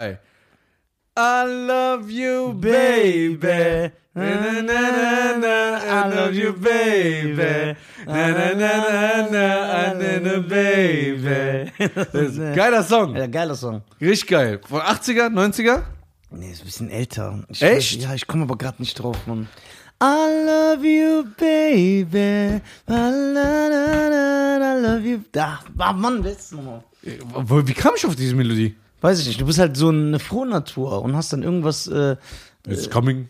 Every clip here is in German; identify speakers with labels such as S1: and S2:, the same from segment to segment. S1: I love you, baby. Na, na, na, na, na. I love you, baby. Na, na, na, na, na, na, na, baby. Das ist ein Geiler Song.
S2: Ja, geiler Song.
S1: Richtig geil. Von 80er, 90er?
S2: Nee, ist ein bisschen älter. Ich
S1: Echt?
S2: Weiß, ja, ich komme aber gerade nicht drauf, Mann. I love you, baby. I, la, la, la, la, love you. Da, ah, Mann, letzte Nummer.
S1: Wo- Wie kam ich auf diese Melodie?
S2: Weiß ich nicht, du bist halt so eine Frohnatur und hast dann irgendwas. Äh,
S1: It's coming.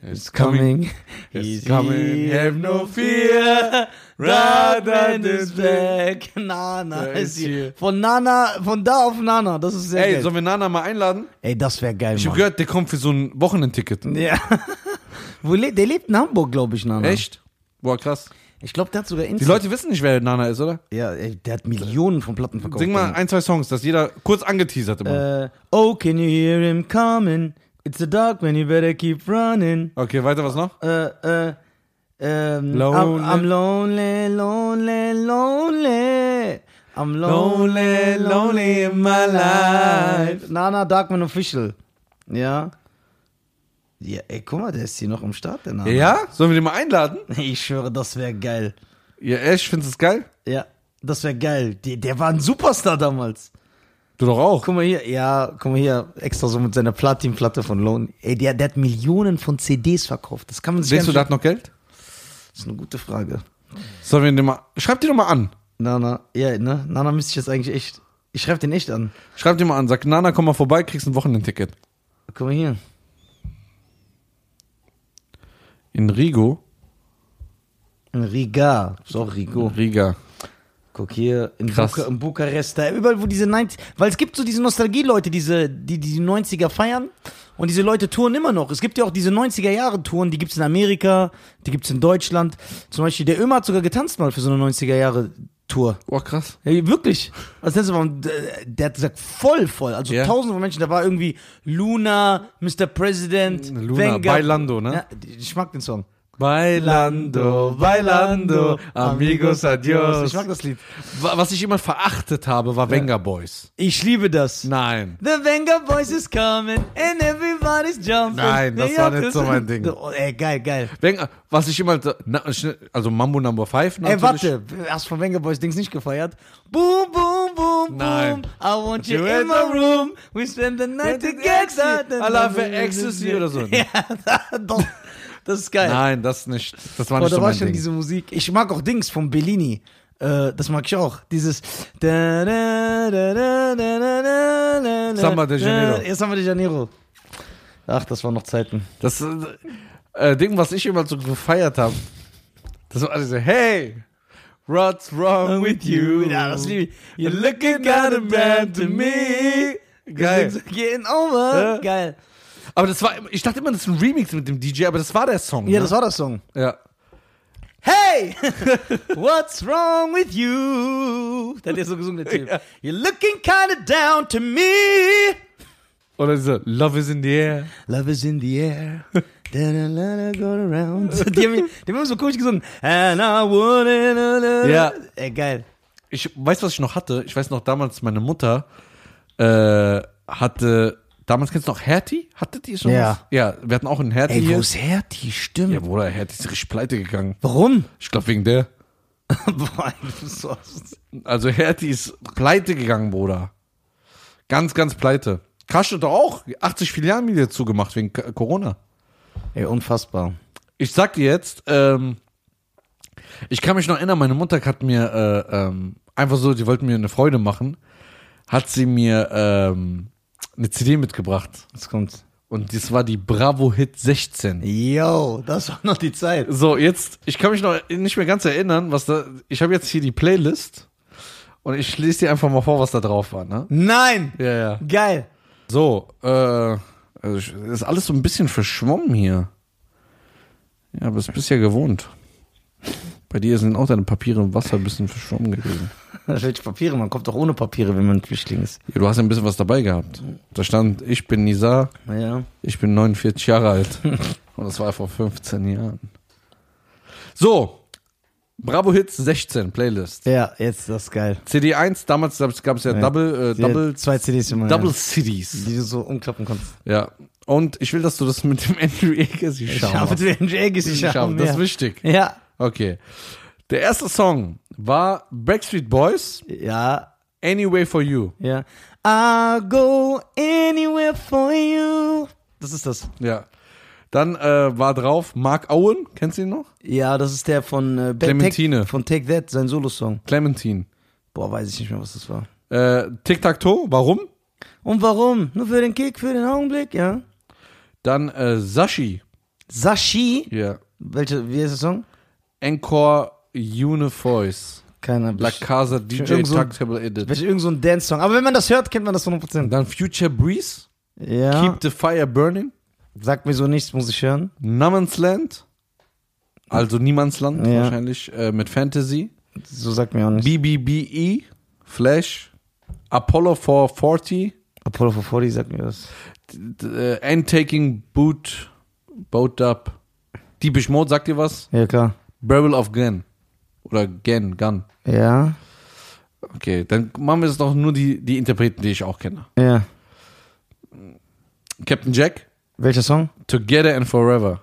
S1: It's
S2: coming.
S1: It's coming. Have no fear. Radar
S2: Radan
S1: is
S2: is
S1: back.
S2: back. Nana
S1: Da
S2: ist
S1: ist
S2: hier.
S1: hier.
S2: Von Nana, von da auf Nana, das ist sehr
S1: Ey,
S2: geil.
S1: sollen wir Nana mal einladen?
S2: Ey, das wäre geil,
S1: Ich hab
S2: Mann.
S1: gehört, der kommt für so ein Wochenendticket.
S2: Ja. Wo le der lebt in Hamburg, glaube ich, Nana.
S1: Echt? Boah, krass.
S2: Ich glaube, der hat sogar
S1: Die
S2: Insta.
S1: Leute wissen nicht, wer Nana ist, oder?
S2: ja, ey, der hat Millionen von Platten verkauft.
S1: Sing mal ein, zwei Songs, dass jeder kurz angeteasert immer.
S2: Äh, oh, can you hear him coming? It's a dark man, you better keep running.
S1: Okay, weiter was noch?
S2: Äh, äh, ähm,
S1: Lonely.
S2: I'm, I'm lonely, lonely, lonely. I'm lonely, lonely in my life. Nana Darkman Official. Ja. Ja, ey, guck mal, der ist hier noch am Start, der Nana.
S1: Ja? Sollen wir den mal einladen?
S2: Ich schwöre, das wäre geil.
S1: Ja, echt, findest du es geil?
S2: Ja, das wäre geil. Der, der war ein Superstar damals.
S1: Du doch auch.
S2: Guck mal hier, ja, guck mal hier, extra so mit seiner Platinplatte von Lone. Ey, der, der hat Millionen von CDs verkauft. Das kann man sich
S1: Denkst du, da
S2: gar
S1: hat noch Geld?
S2: nicht- Das ist eine gute Frage.
S1: Sollen wir den mal. Schreib den doch mal an.
S2: Na, na, ja, ne? Na, na, müsste ich jetzt eigentlich echt. Ich schreibe den echt an.
S1: Schreib den mal an. Sag, Nana, komm mal vorbei, kriegst ein Wochenendticket.
S2: Guck mal hier.
S1: In Rigo.
S2: In Riga. Ist auch Rigo.
S1: Riga.
S2: Guck hier, in,
S1: Krass.
S2: Buka, in Bukarest, da überall, wo diese 90 Weil es gibt so diese Nostalgie-Leute, diese, die, die die 90er feiern. Und diese Leute touren immer noch. Es gibt ja auch diese 90er-Jahre-Touren, die gibt's in Amerika, die gibt's in Deutschland. Zum Beispiel, der Ömer hat sogar getanzt mal für so eine 90er-Jahre-Tour.
S1: Boah, Oh, krass.
S2: Ja, wirklich. Was nennst du mal? Und, äh, Der hat gesagt, voll, voll. Also
S1: Ja.
S2: tausende von Menschen. Da war irgendwie Luna, Mr. President,
S1: Luna,
S2: Wenger.
S1: Bailando, ne?
S2: Ja, ich mag den Song.
S1: Bailando, bailando, amigos, adios.
S2: Ich mag das Lied.
S1: Wa- Was ich immer verachtet habe, war Wenger Boys.
S2: Ich liebe das.
S1: Nein.
S2: The Venga Boys is coming and everybody's jumping.
S1: Nein, das war nicht so mein Ding.
S2: Oh, ey, geil, geil.
S1: Wenger, was ich immer. Na, also Mambo Number 5 natürlich.
S2: Ey, warte, hast du von Venga Boys Dings nicht gefeiert? Boom, boom, boom,
S1: Nein.
S2: boom. I want you
S1: You
S2: in
S1: in
S2: my room. We spend the night together.
S1: I love ecstasy oder so.
S2: Ja, doch. Das ist geil.
S1: Nein, das nicht. Das war
S2: Boah,
S1: nicht so
S2: da war
S1: mein
S2: schon
S1: Ding.
S2: diese Musik. Ich mag auch Dings von Bellini. Äh, das mag ich auch. Dieses. Da, da, da, da, da, da, da, da, da.
S1: Samba de Janeiro.
S2: Ja, Samba de Janeiro. Ach, das waren noch Zeiten.
S1: Das äh, Ding, was ich immer so gefeiert habe, das war also, hey, what's wrong with you?
S2: Ja, das liebe ich.
S1: You're looking kinda bad to me. Geil.
S2: Getting over.
S1: Ja.
S2: Geil.
S1: Aber das war, ich dachte immer, das ist ein Remix mit dem DJ, aber das war der Song. ne?
S2: Ja, das war der Song.
S1: Ja.
S2: Hey! What's wrong with you? Das hat er so gesungen, der Typ. You're looking kinda down to me.
S1: Oder diese Love is in the air.
S2: Love is in the air. Da, da, da, da, go around. Die haben, die haben so komisch gesungen. And I wouldn't. da, da, da.
S1: Ja.
S2: Ey, geil.
S1: Ich weiß, was ich noch hatte. Ich weiß noch damals, meine Mutter äh, hatte. Damals kennst du noch Hertie? Hattet ihr schon
S2: Ja.
S1: was? Ja, wir hatten auch einen Hertie.
S2: Ey, wo
S1: hier.
S2: ist her? Die Stimme.
S1: Ja, Bruder, Hertie ist richtig pleite gegangen.
S2: Warum?
S1: Ich glaube, wegen der.
S2: Boah, du bist so
S1: Also Hertie ist pleite gegangen, Bruder. Ganz, ganz pleite. Krasch hat doch auch 80 Filialen wieder zugemacht wegen K- Corona.
S2: Ey, unfassbar.
S1: Ich sag dir jetzt, ähm, ich kann mich noch erinnern, meine Mutter hat mir äh, ähm, einfach so, die wollte mir eine Freude machen, hat sie mir ähm, eine CD mitgebracht.
S2: Jetzt kommt's.
S1: Und das war die Bravo Hit 16.
S2: Yo, das war noch die Zeit.
S1: So, jetzt, ich kann mich noch nicht mehr ganz erinnern, was da. Ich habe jetzt hier die Playlist und ich lese dir einfach mal vor, was da drauf war, ne?
S2: Nein!
S1: Ja, ja.
S2: Geil.
S1: So, äh, also ich- ist alles so ein bisschen verschwommen hier. Ja, aber das bist ja gewohnt. Bei dir sind auch deine Papiere im Wasser ein bisschen verschwommen gewesen.
S2: Welche Papiere? Man kommt doch ohne Papiere, wenn man ein Flüchtling ist.
S1: Ja, du hast ja ein bisschen was dabei gehabt. Da stand, ich bin Nisa,
S2: Ja.
S1: ich bin 49 Jahre alt. Und das war vor 15 Jahren. So, Bravo Hits 16 Playlist.
S2: Ja, jetzt das ist geil.
S1: CD 1, damals gab es ja, Double, äh,
S2: Ja,
S1: Double,
S2: zwei CDs immer.
S1: Double
S2: ja,
S1: CDs.
S2: die du so umklappen kannst.
S1: Ja. Und ich will, dass du das mit dem Andrew Agassi
S2: Ich habe
S1: schaust.
S2: den Jäger geschaffen.
S1: Das ist
S2: ja.
S1: wichtig.
S2: ja.
S1: Okay. Der erste Song war Backstreet Boys,
S2: Ja,
S1: Anyway for You.
S2: ja. I'll go anywhere for you. Das ist das.
S1: Ja. Dann äh, war drauf Mark Owen, kennst du ihn noch?
S2: Ja, das ist der von äh, Ba-
S1: Clementine.
S2: Take, von Take That, sein Solosong.
S1: Clementine.
S2: Boah, weiß ich nicht mehr, was das war.
S1: Äh, Tic-Tac-Toe, warum?
S2: Und warum? Nur für den Kick, für den Augenblick, ja.
S1: Dann äh, Sashi.
S2: Sashi.
S1: Ja.
S2: Welche, wie heißt der Song?
S1: Encore Univoice.
S2: Keiner.
S1: La Casa DJ
S2: irgend so ein-
S1: Tactable Edit.
S2: Welche, irgend so ein Dance-Song. Aber wenn man das hört, kennt man das 100%.
S1: Dann Future Breeze.
S2: Ja.
S1: Keep the Fire Burning.
S2: Sagt mir so nichts, muss ich hören.
S1: Namensland. Also Niemandsland
S2: Ja.
S1: wahrscheinlich. Äh, mit Fantasy.
S2: So sagt mir auch nichts.
S1: BBBE. E, Flash. Apollo 440.
S2: Apollo 440 sagt mir das.
S1: d- äh, End Taking Boot. Boat Up. Deepish Mode, sagt ihr was?
S2: Ja, klar.
S1: Barrel of Gun. Oder Gun, Gun.
S2: Ja.
S1: Okay, dann machen wir jetzt noch nur die, die Interpreten, die ich auch kenne.
S2: Ja.
S1: Captain Jack,
S2: Welcher Song?
S1: Together and Forever.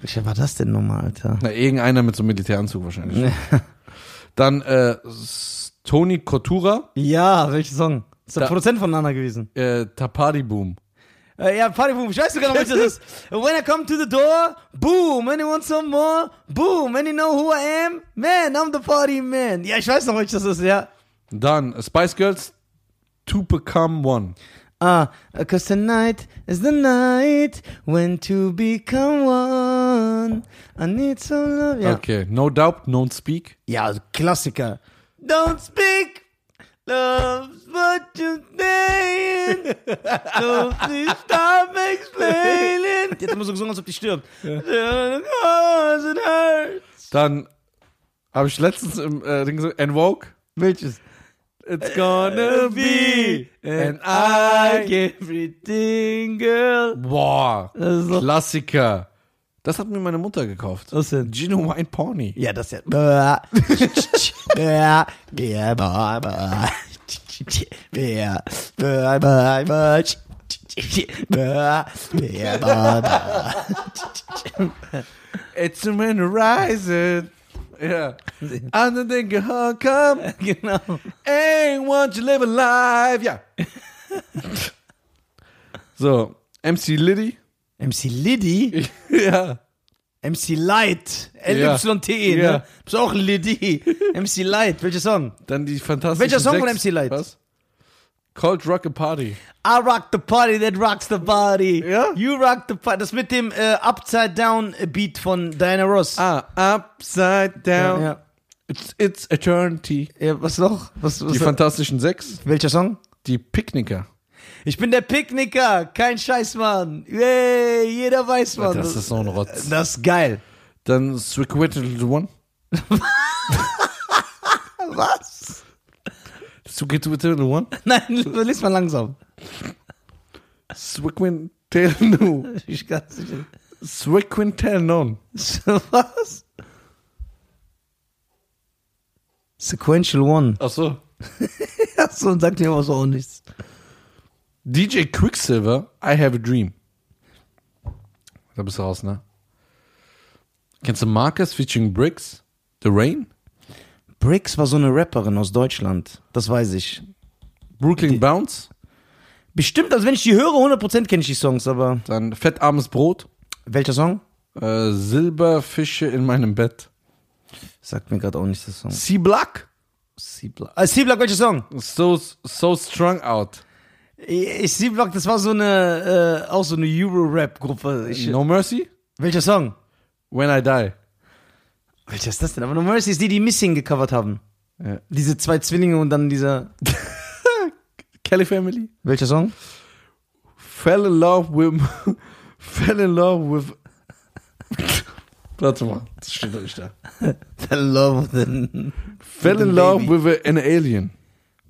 S2: Welcher war das denn nochmal, Alter?
S1: Na, irgendeiner mit so einem Militäranzug wahrscheinlich. Dann äh, S- Tony Kotura,
S2: Ja, welcher Song? Ist der
S1: Da-
S2: Produzent von Nana gewesen.
S1: äh, Tapadi Boom.
S2: Äh, ja, Partyboom, ich weiß sogar noch, welches das ist. When I come to the door, boom, when you want some more, boom, when you know who I am, man, I'm the party man. Ja, ich weiß noch, welches das ist, ja.
S1: Dann äh, Spice Girls, To Become One.
S2: Ah, cause tonight is the night when to become one. I need some love. Ja,
S1: Okay, No Doubt, Don't Speak.
S2: ja also Klassiker. Don't speak. Love's what you're saying. Don't please stop explaining. Die hat immer so gesungen, als ob die stirbt. Cause it hurts.
S1: Dann habe ich letztens im äh, Ding gesagt, And Woke.
S2: Welches?
S1: It's gonna be and I.
S2: Äh, I everything, girl.
S1: Boah,
S2: Das ist doch...
S1: Klassiker. Das hat mir meine Mutter gekauft.
S2: Was denn?
S1: Gino Wine Pony.
S2: Ja, das ja. Ja, ja, ja, ja, ja, ja, ja, ja, ja, ja,
S1: It's a man rising. Yeah. Under the girl come.
S2: Genau.
S1: Ain't want you live a life. Ja. so, MC Liddy.
S2: MC Liddy,
S1: ja.
S2: MC Light,
S1: Ja.
S2: LYT,
S1: Ja.
S2: ne? Bist auch Liddy. MC Light, welcher Song?
S1: Dann die fantastischen
S2: Welcher Song
S1: Sechs.
S2: von MC Lyte?
S1: Was? Cold Rock a Party.
S2: I rock the party that rocks the body.
S1: Ja?
S2: You rock the party. Das mit dem äh, Upside Down Beat von Diana Ross.
S1: Ah, upside down.
S2: ja.
S1: It's, it's eternity.
S2: ja, was noch? Was, was
S1: Die fantastischen Sechs.
S2: welcher Song?
S1: Die Picknicker.
S2: Ich bin der Picknicker, kein Scheiß, Mann. Yay, jeder weiß, Mann.
S1: Das ist so ein Rotz.
S2: das ist geil.
S1: Dann Sweet One.
S2: Was?
S1: Sweet One.
S2: Nein, lies mal langsam.
S1: Sweet
S2: Ich kann's nicht.
S1: Swequintelnon.
S2: Was? Sequential One.
S1: Ach so.
S2: Achso, und sagt mir aber so auch nichts.
S1: DJ Quicksilver, I Have a Dream. Da bist du raus, ne? Kennst du Marcus featuring Briggs? The Rain?
S2: Briggs war so eine Rapperin aus Deutschland. Das weiß ich.
S1: Brooklyn Bounce?
S2: Bestimmt, also wenn ich die höre, 100% kenne ich die Songs, aber.
S1: Dann Fettarmes Brot?
S2: Welcher Song?
S1: Äh, Silberfische in meinem Bett?
S2: Sagt mir gerade auch nicht der Song.
S1: Sea Black?
S2: C-Block. Ah, C-Block, welcher Song?
S1: So, so strung out.
S2: Ich C-Block, das war so eine, äh, auch so eine Euro-Rap-Gruppe. Ich-
S1: No Mercy?
S2: Welcher Song?
S1: When I Die.
S2: Welcher ist das denn? Aber No Mercy ist die, die Missing gecovert haben.
S1: Ja.
S2: Diese zwei Zwillinge und dann dieser.
S1: Kelly Family?
S2: Welcher Song?
S1: Fell in love with. fell in love with. Warte mal, das steht doch nicht da.
S2: The Love of the,
S1: Fell in
S2: Baby.
S1: love with a- an alien.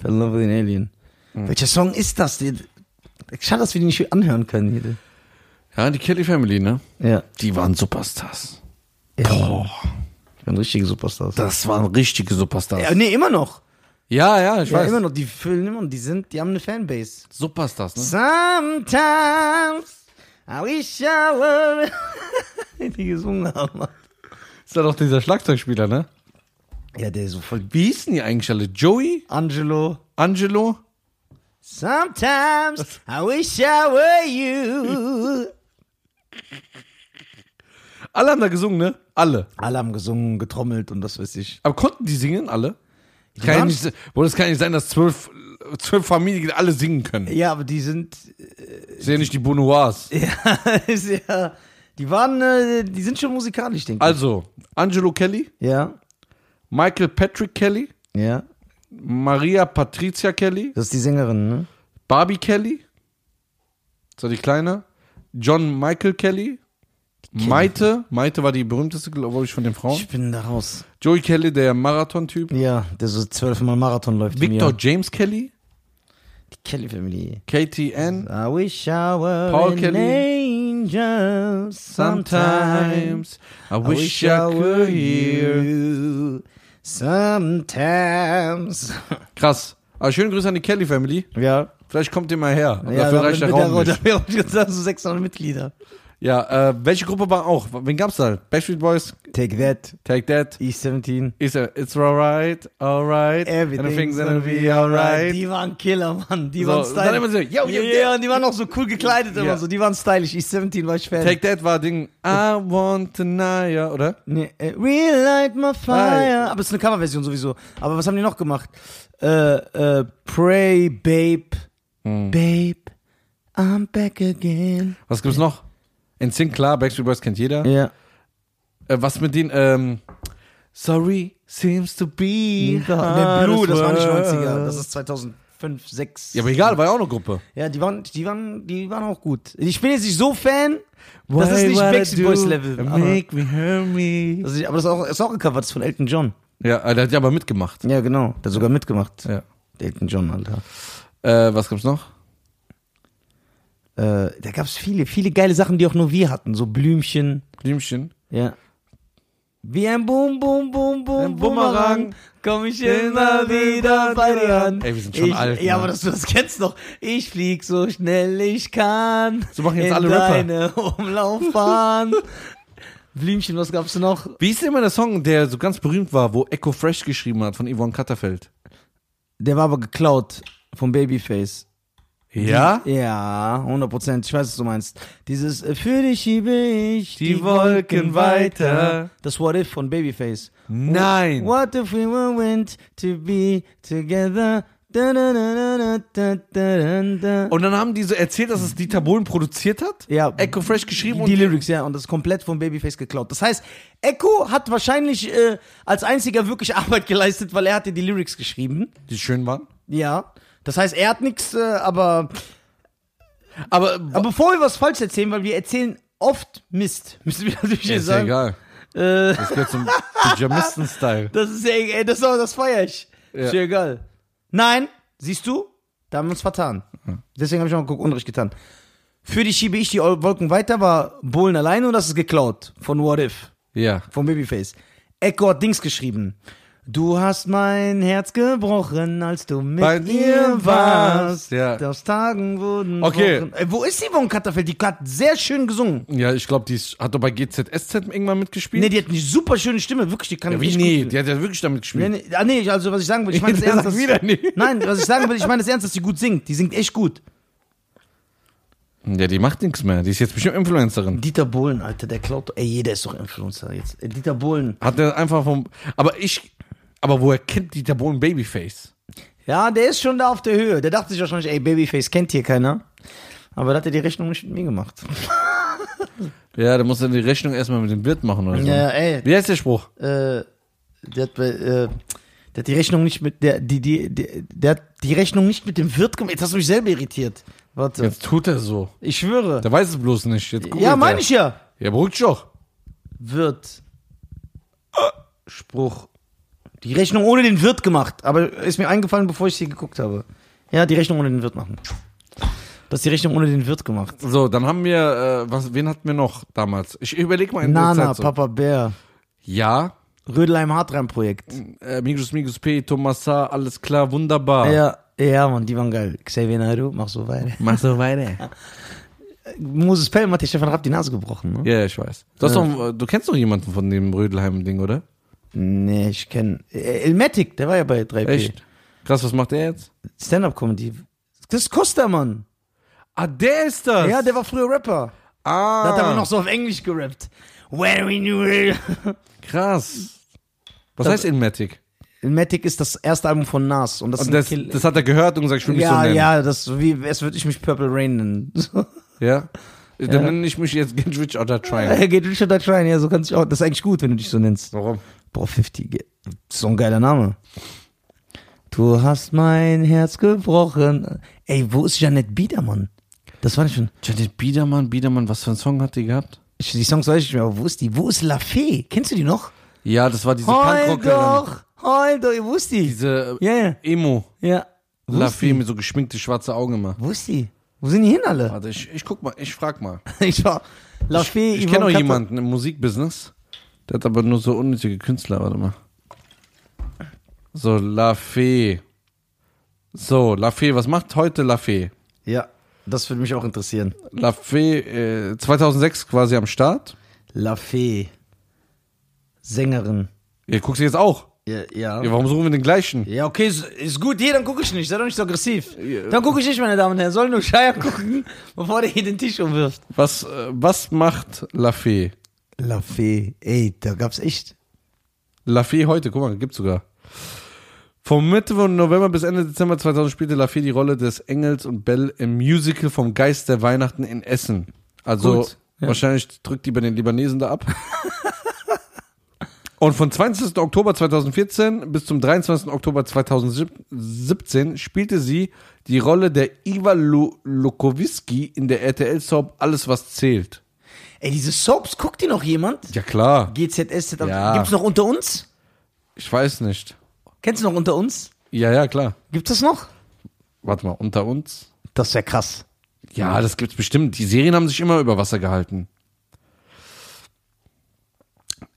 S2: the, love of the Alien. Welcher Song ist das? Die- Schade, dass wir die nicht anhören können. Jede.
S1: Ja, die Kelly Family, ne?
S2: Ja.
S1: Die waren Superstars.
S2: ja.
S1: Boah.
S2: Wir waren richtige Superstars.
S1: Das waren richtige Superstars.
S2: ja, nee, immer noch.
S1: Ja, ja, ich
S2: Ja,
S1: weiß.
S2: immer noch. Die füllen immer noch. Die sind, die haben eine Fanbase.
S1: Superstars, ne?
S2: Sometimes I wish I were... die gesungen haben.
S1: Ist da doch dieser Schlagzeugspieler, ne?
S2: Ja, der ist so voll...
S1: Wie hießen die eigentlich alle? Joey?
S2: Angelo...
S1: Angelo?
S2: Sometimes I wish I were you.
S1: Alle haben da gesungen, ne? Alle.
S2: Alle haben gesungen, getrommelt und das weiß ich.
S1: Aber konnten die singen, alle? Kann ja
S2: waren-
S1: nicht, se- Bro, das kann ja nicht sein, dass zwölf, zwölf Familien alle singen können.
S2: Ja, aber die sind,
S1: Das sind ja nicht die Bonoirs.
S2: ja, ist ja, die waren, äh, die sind schon musikalisch, denke ich.
S1: Also, Angelo Kelly,
S2: Ja,
S1: Michael Patrick Kelly,
S2: ja.
S1: Maria Patricia Kelly,
S2: Das ist die Sängerin, ne?
S1: Barbie Kelly, so die Kleine, John Michael Kelly, Maite, Maite war die berühmteste, glaube ich, von den Frauen.
S2: Ich bin da raus.
S1: Joey Kelly, der Marathon-Typ.
S2: Ja, der so zwölfmal Marathon läuft. im
S1: Victor
S2: Jahr.
S1: James Kelly,
S2: Die Kelly Family.
S1: Katie Ann,
S2: I wish I were
S1: Paul
S2: an
S1: Kelly.
S2: angel
S1: sometimes
S2: sometimes.
S1: I wish I could hear.
S2: you sometimes.
S1: Krass. Aber schönen Grüße an die Kelly Family.
S2: Ja.
S1: Vielleicht kommt ihr mal her. Aber dafür reicht der Raum nicht.
S2: Dafür habe ich gesagt, so 600 also Mitglieder.
S1: Ja, äh, welche Gruppe war auch? Wen gab's da? Backstreet Boys,
S2: Take that,
S1: Take That,
S2: E17.
S1: It's, a, it's alright, alright,
S2: Everything's gonna be alright. Die waren Killer, Mann. Die
S1: So,
S2: waren
S1: und dann immer
S2: stylisch.
S1: so, yo, yo,
S2: ja, und die waren auch so cool gekleidet
S1: Ja.
S2: immer so. Die waren stylisch. E17 war ich Fan.
S1: Take That war Ding, I want to know, ja, oder?
S2: nee, äh, Relight my fire. Aber es ist eine Coverversion sowieso. Aber was haben die noch gemacht? Äh, äh, Pray, Babe. Babe, I'm back again.
S1: Hm. Was gibt's noch? In Sync, klar, Backstreet Boys kennt jeder.
S2: Ja.
S1: Äh, was mit den, ähm, Sorry seems to be
S2: Der ne, Blue, das war nicht
S1: hardest
S2: 90er.
S1: word.
S2: Das ist 2005, 6.
S1: ja, aber egal, war ja auch eine Gruppe.
S2: Ja, die waren, die waren, die waren auch gut. Ich bin jetzt nicht so Fan. Das ist
S1: Why
S2: nicht
S1: what I
S2: Backstreet
S1: do,
S2: Boys Level. Aber,
S1: Make me hear me.
S2: das ist, aber das ist auch, ist auch gecovert, das ist von Elton John.
S1: Ja, äh, der hat ja aber mitgemacht.
S2: Ja, genau. Der hat sogar mitgemacht.
S1: Ja.
S2: Elton John, Alter.
S1: Äh, was gibt's noch?
S2: Äh, da gab's viele, viele geile Sachen, die auch nur wir hatten. So Blümchen.
S1: Blümchen.
S2: Ja. Wie ein Boom, Boom, Boom, Boom,
S1: Ein Bumerang.
S2: Bumerang. Komm ich immer wieder bei dir an.
S1: Ey, wir sind schon
S2: ich,
S1: alt,
S2: Ja,
S1: ne?
S2: aber dass du das kennst doch. Ich flieg so schnell ich kann.
S1: So machen jetzt
S2: in
S1: alle Rapper.
S2: deine Umlaufbahn. Blümchen, was gab's noch?
S1: Wie ist denn immer der Song, der so ganz berühmt war, wo Echo Fresh geschrieben hat von Yvonne Katterfeld?
S2: Der war aber geklaut vom Babyface.
S1: Ja?
S2: Ja, 100 Prozent. Ich weiß, was du meinst. Dieses äh, Für dich schiebe ich
S1: Die Wolken weiter.
S2: Das What If von Babyface.
S1: Nein.
S2: What if we were meant to be together? Da, da, da, da, da, da, da, da.
S1: Und dann haben die so erzählt, dass es Dieter Bohlen produziert hat?
S2: Ja.
S1: Echo Fresh geschrieben
S2: die
S1: und
S2: Lyrics, ja, und das ist komplett von Babyface geklaut. Das heißt, Echo hat wahrscheinlich äh, als einziger wirklich Arbeit geleistet, weil er hatte die Lyrics geschrieben.
S1: die schön waren.
S2: Ja. Das heißt, er hat nichts, äh, aber
S1: Aber,
S2: Aber bevor wir was falsch erzählen, weil wir erzählen oft Mist, müssen wir natürlich
S1: ist ja
S2: sagen.
S1: egal.
S2: Äh,
S1: Das gehört zum Pyjamisten-Style.
S2: das ist ja egal, das, aber das feier ich.
S1: Ja.
S2: Ist ja egal. Nein, siehst du, da haben wir uns vertan.
S1: Hm.
S2: Deswegen habe ich auch mal Unrecht getan. Für die schiebe ich die Wolken weiter, war Bohlen alleine und das ist geklaut von What If,
S1: Ja.
S2: von Babyface. Echo hat Dings geschrieben. Du hast mein Herz gebrochen, als du mit
S1: Bei
S2: mir
S1: dir warst.
S2: warst.
S1: Ja.
S2: Aus Tagen wurden
S1: Okay.
S2: Wochen. Äh, wo ist die Yvonne Katterfeld? Die hat sehr schön gesungen.
S1: Ja, ich glaube, die ist, hat doch bei GZSZ irgendwann mitgespielt.
S2: Nee, die hat eine super schöne Stimme, wirklich, die kann
S1: ja, wie
S2: richtig
S1: nee,
S2: gut
S1: die hat ja wirklich damit
S2: Nee,
S1: gespielt.
S2: nee, ah, nee, also was ich sagen will, ich meine das
S1: Der
S2: ernst,
S1: sagt
S2: dass,
S1: wieder nee.
S2: Nein, was ich sagen will, ich meine das ernst, dass sie gut singt. Die singt echt gut.
S1: Ja, die macht nichts mehr. Die ist jetzt bestimmt Influencerin.
S2: Dieter Bohlen, Alter, der klaut. Ey, jeder ist doch Influencer jetzt. Ey, Dieter Bohlen.
S1: Hat er einfach vom. Aber ich. Aber woher kennt Dieter Bohlen Babyface?
S2: Ja, der ist schon da auf der Höhe. Der dachte sich wahrscheinlich, ey, Babyface kennt hier keiner. Aber da hat er die Rechnung nicht mit mir gemacht.
S1: Ja, da muss er die Rechnung erstmal mit dem Wirt machen oder so.
S2: Ja, ey,
S1: Wie heißt der Spruch?
S2: äh, der hat, bei, äh, der hat die Rechnung nicht mit, der, die, die, der, der hat die Rechnung nicht mit dem Wirt gemacht. Jetzt hast du mich selber irritiert. Warte,
S1: Jetzt tut er so.
S2: ich schwöre.
S1: Der weiß es bloß nicht. Jetzt googelt
S2: Ja, meine
S1: er.
S2: ich ja.
S1: Ja, beruhig dich doch.
S2: Wirt. Spruch. Die Rechnung ohne den Wirt gemacht, aber ist mir eingefallen, bevor ich sie geguckt habe. Ja, die Rechnung ohne den Wirt machen. Das ist die Rechnung ohne den Wirt gemacht.
S1: So, dann haben wir, äh, was, wen hatten wir noch damals? Ich überlege mal in der
S2: Nana,
S1: Zeit so.
S2: Papa Bär.
S1: Ja,
S2: Rödelheim-Hartreim-Projekt.
S1: Äh, Migros, Migros P, Tomasa, alles klar, wunderbar.
S2: Ja, ja, Mann, die waren geil. Xavier Naidoo, mach so weiter.
S1: Mach so weiter.
S2: Moses Pelham hat dir Stefan Rapp die Nase gebrochen, ne?
S1: Ja, ich weiß. Du, hast doch, äh, du kennst doch jemanden von dem Rödelheim-Ding, oder?
S2: Nee, ich kenne. Elmatic, der war ja bei 3P.
S1: Echt? Krass, was macht der jetzt?
S2: Stand-up-Comedy. Das ist Costa, Mann.
S1: Ah, der ist das!
S2: Ja, der war früher Rapper.
S1: ah,
S2: Der hat aber noch so auf Englisch gerappt. Where we knew it.
S1: krass. Was
S2: Das-
S1: heißt Inmatic?
S2: Elmatic ist das erste Album von Nas. Und das,
S1: Und
S2: ist ein
S1: das,
S2: Kill-
S1: das hat er gehört und gesagt, ich will mich so
S2: Ja,
S1: nennen.
S2: ja, das ist wie, es würde ich mich Purple Rain nennen. So.
S1: Ja? Dann nenne ich mich jetzt Get Rich or Die Trying.
S2: Geht Richard da rein, ja, so kannst du auch. Das ist eigentlich gut, wenn du dich so nennst.
S1: Warum?
S2: Boah, 50, ge- das ist so ein geiler Name. Du hast mein Herz gebrochen. Ey, wo ist Janet Biedermann? Das war nicht schon.
S1: Janet Biedermann, Biedermann, was für einen Song hat die gehabt?
S2: Ich, die Songs weiß ich nicht mehr, aber wo ist die? Wo ist La Fee? Kennst du die noch?
S1: Ja, das war diese
S2: Heul
S1: Punkrockerin.
S2: doch, heul doch, wo ist die?
S1: Diese äh,
S2: Ja, ja,
S1: Emo.
S2: ja. Wo ist
S1: Lafayette
S2: die?
S1: mit so geschminkte schwarze Augen immer.
S2: Wo ist die? Wo sind die hin alle?
S1: Warte, ich, ich guck mal, ich frag mal.
S2: Ich war La Fee,
S1: Ich
S2: Yvonne
S1: kenne auch
S2: Katzer-
S1: jemanden im Musikbusiness. Der hat aber nur so unnötige Künstler, warte mal. So, La Fee. So, La Fee, was macht heute La Fee?
S2: Ja, das würde mich auch interessieren.
S1: La Fee, äh, 2006 quasi am Start.
S2: La Fee. Sängerin.
S1: Ihr guckt sie jetzt auch.
S2: Ja,
S1: Ja,
S2: ja.
S1: warum suchen wir den gleichen?
S2: Ja, okay, ist- ist gut. Hier, dann gucke ich nicht. Sei doch nicht so aggressiv. Dann gucke ich nicht, meine Damen und Herren. Sollen nur Scheier gucken, bevor der hier den Tisch umwirft.
S1: Was, äh, was macht La Fee?
S2: La Fee. Ey, da gab's echt.
S1: Lafayette heute, guck mal, gibt's sogar. Vom Mitte von November bis Ende Dezember 2000 spielte Lafayette die Rolle des Engels und Belle im Musical vom Geist der Weihnachten in Essen. Also
S2: Gut, ja.
S1: wahrscheinlich drückt die bei den Libanesen da ab. und von 20. Oktober 2014 bis zum 23. Oktober 2017 spielte sie die Rolle der Iva Lu Lukowski in der RTL-Soap Alles, was zählt.
S2: Ey, diese Soaps, guckt die noch jemand?
S1: Ja klar,
S2: GZSZ.
S1: Ja.
S2: Gibt's noch unter uns?
S1: ich weiß nicht.
S2: Kennst du noch unter uns?
S1: Ja, ja, klar.
S2: Gibt's das noch?
S1: Warte mal, unter uns.
S2: Das wäre krass.
S1: Ja, das gibt's bestimmt. Die Serien haben sich immer über Wasser gehalten.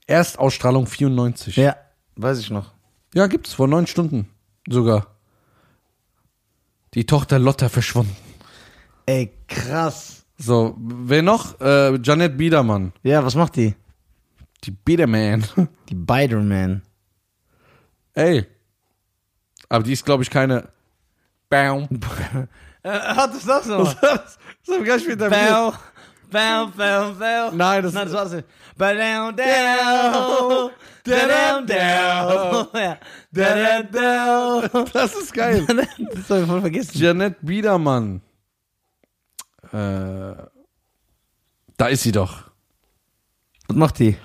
S1: Erstausstrahlung 94. Ja,
S2: Ja, weiß ich noch.
S1: gibt's vor neun Stunden sogar. Die Tochter Lotta verschwunden.
S2: Ey, krass.
S1: So, wer noch? Äh, Janet Biedermann.
S2: Ja, was macht die?
S1: Die Biederman.
S2: Die Biderman.
S1: Ey. Aber die ist, glaube ich, keine. Bam.
S2: Äh, Hat das das noch?
S1: das haben wir gleich wieder
S2: Bell, bell, bell, bell.
S1: Nein, das-
S2: Nein, das war's nicht. Bell, down, down, down, down, Ja. Da, da, da.
S1: Das ist geil.
S2: Das hab ich voll vergessen.
S1: Janet Biedermann. Äh, da ist sie doch.
S2: Was macht die?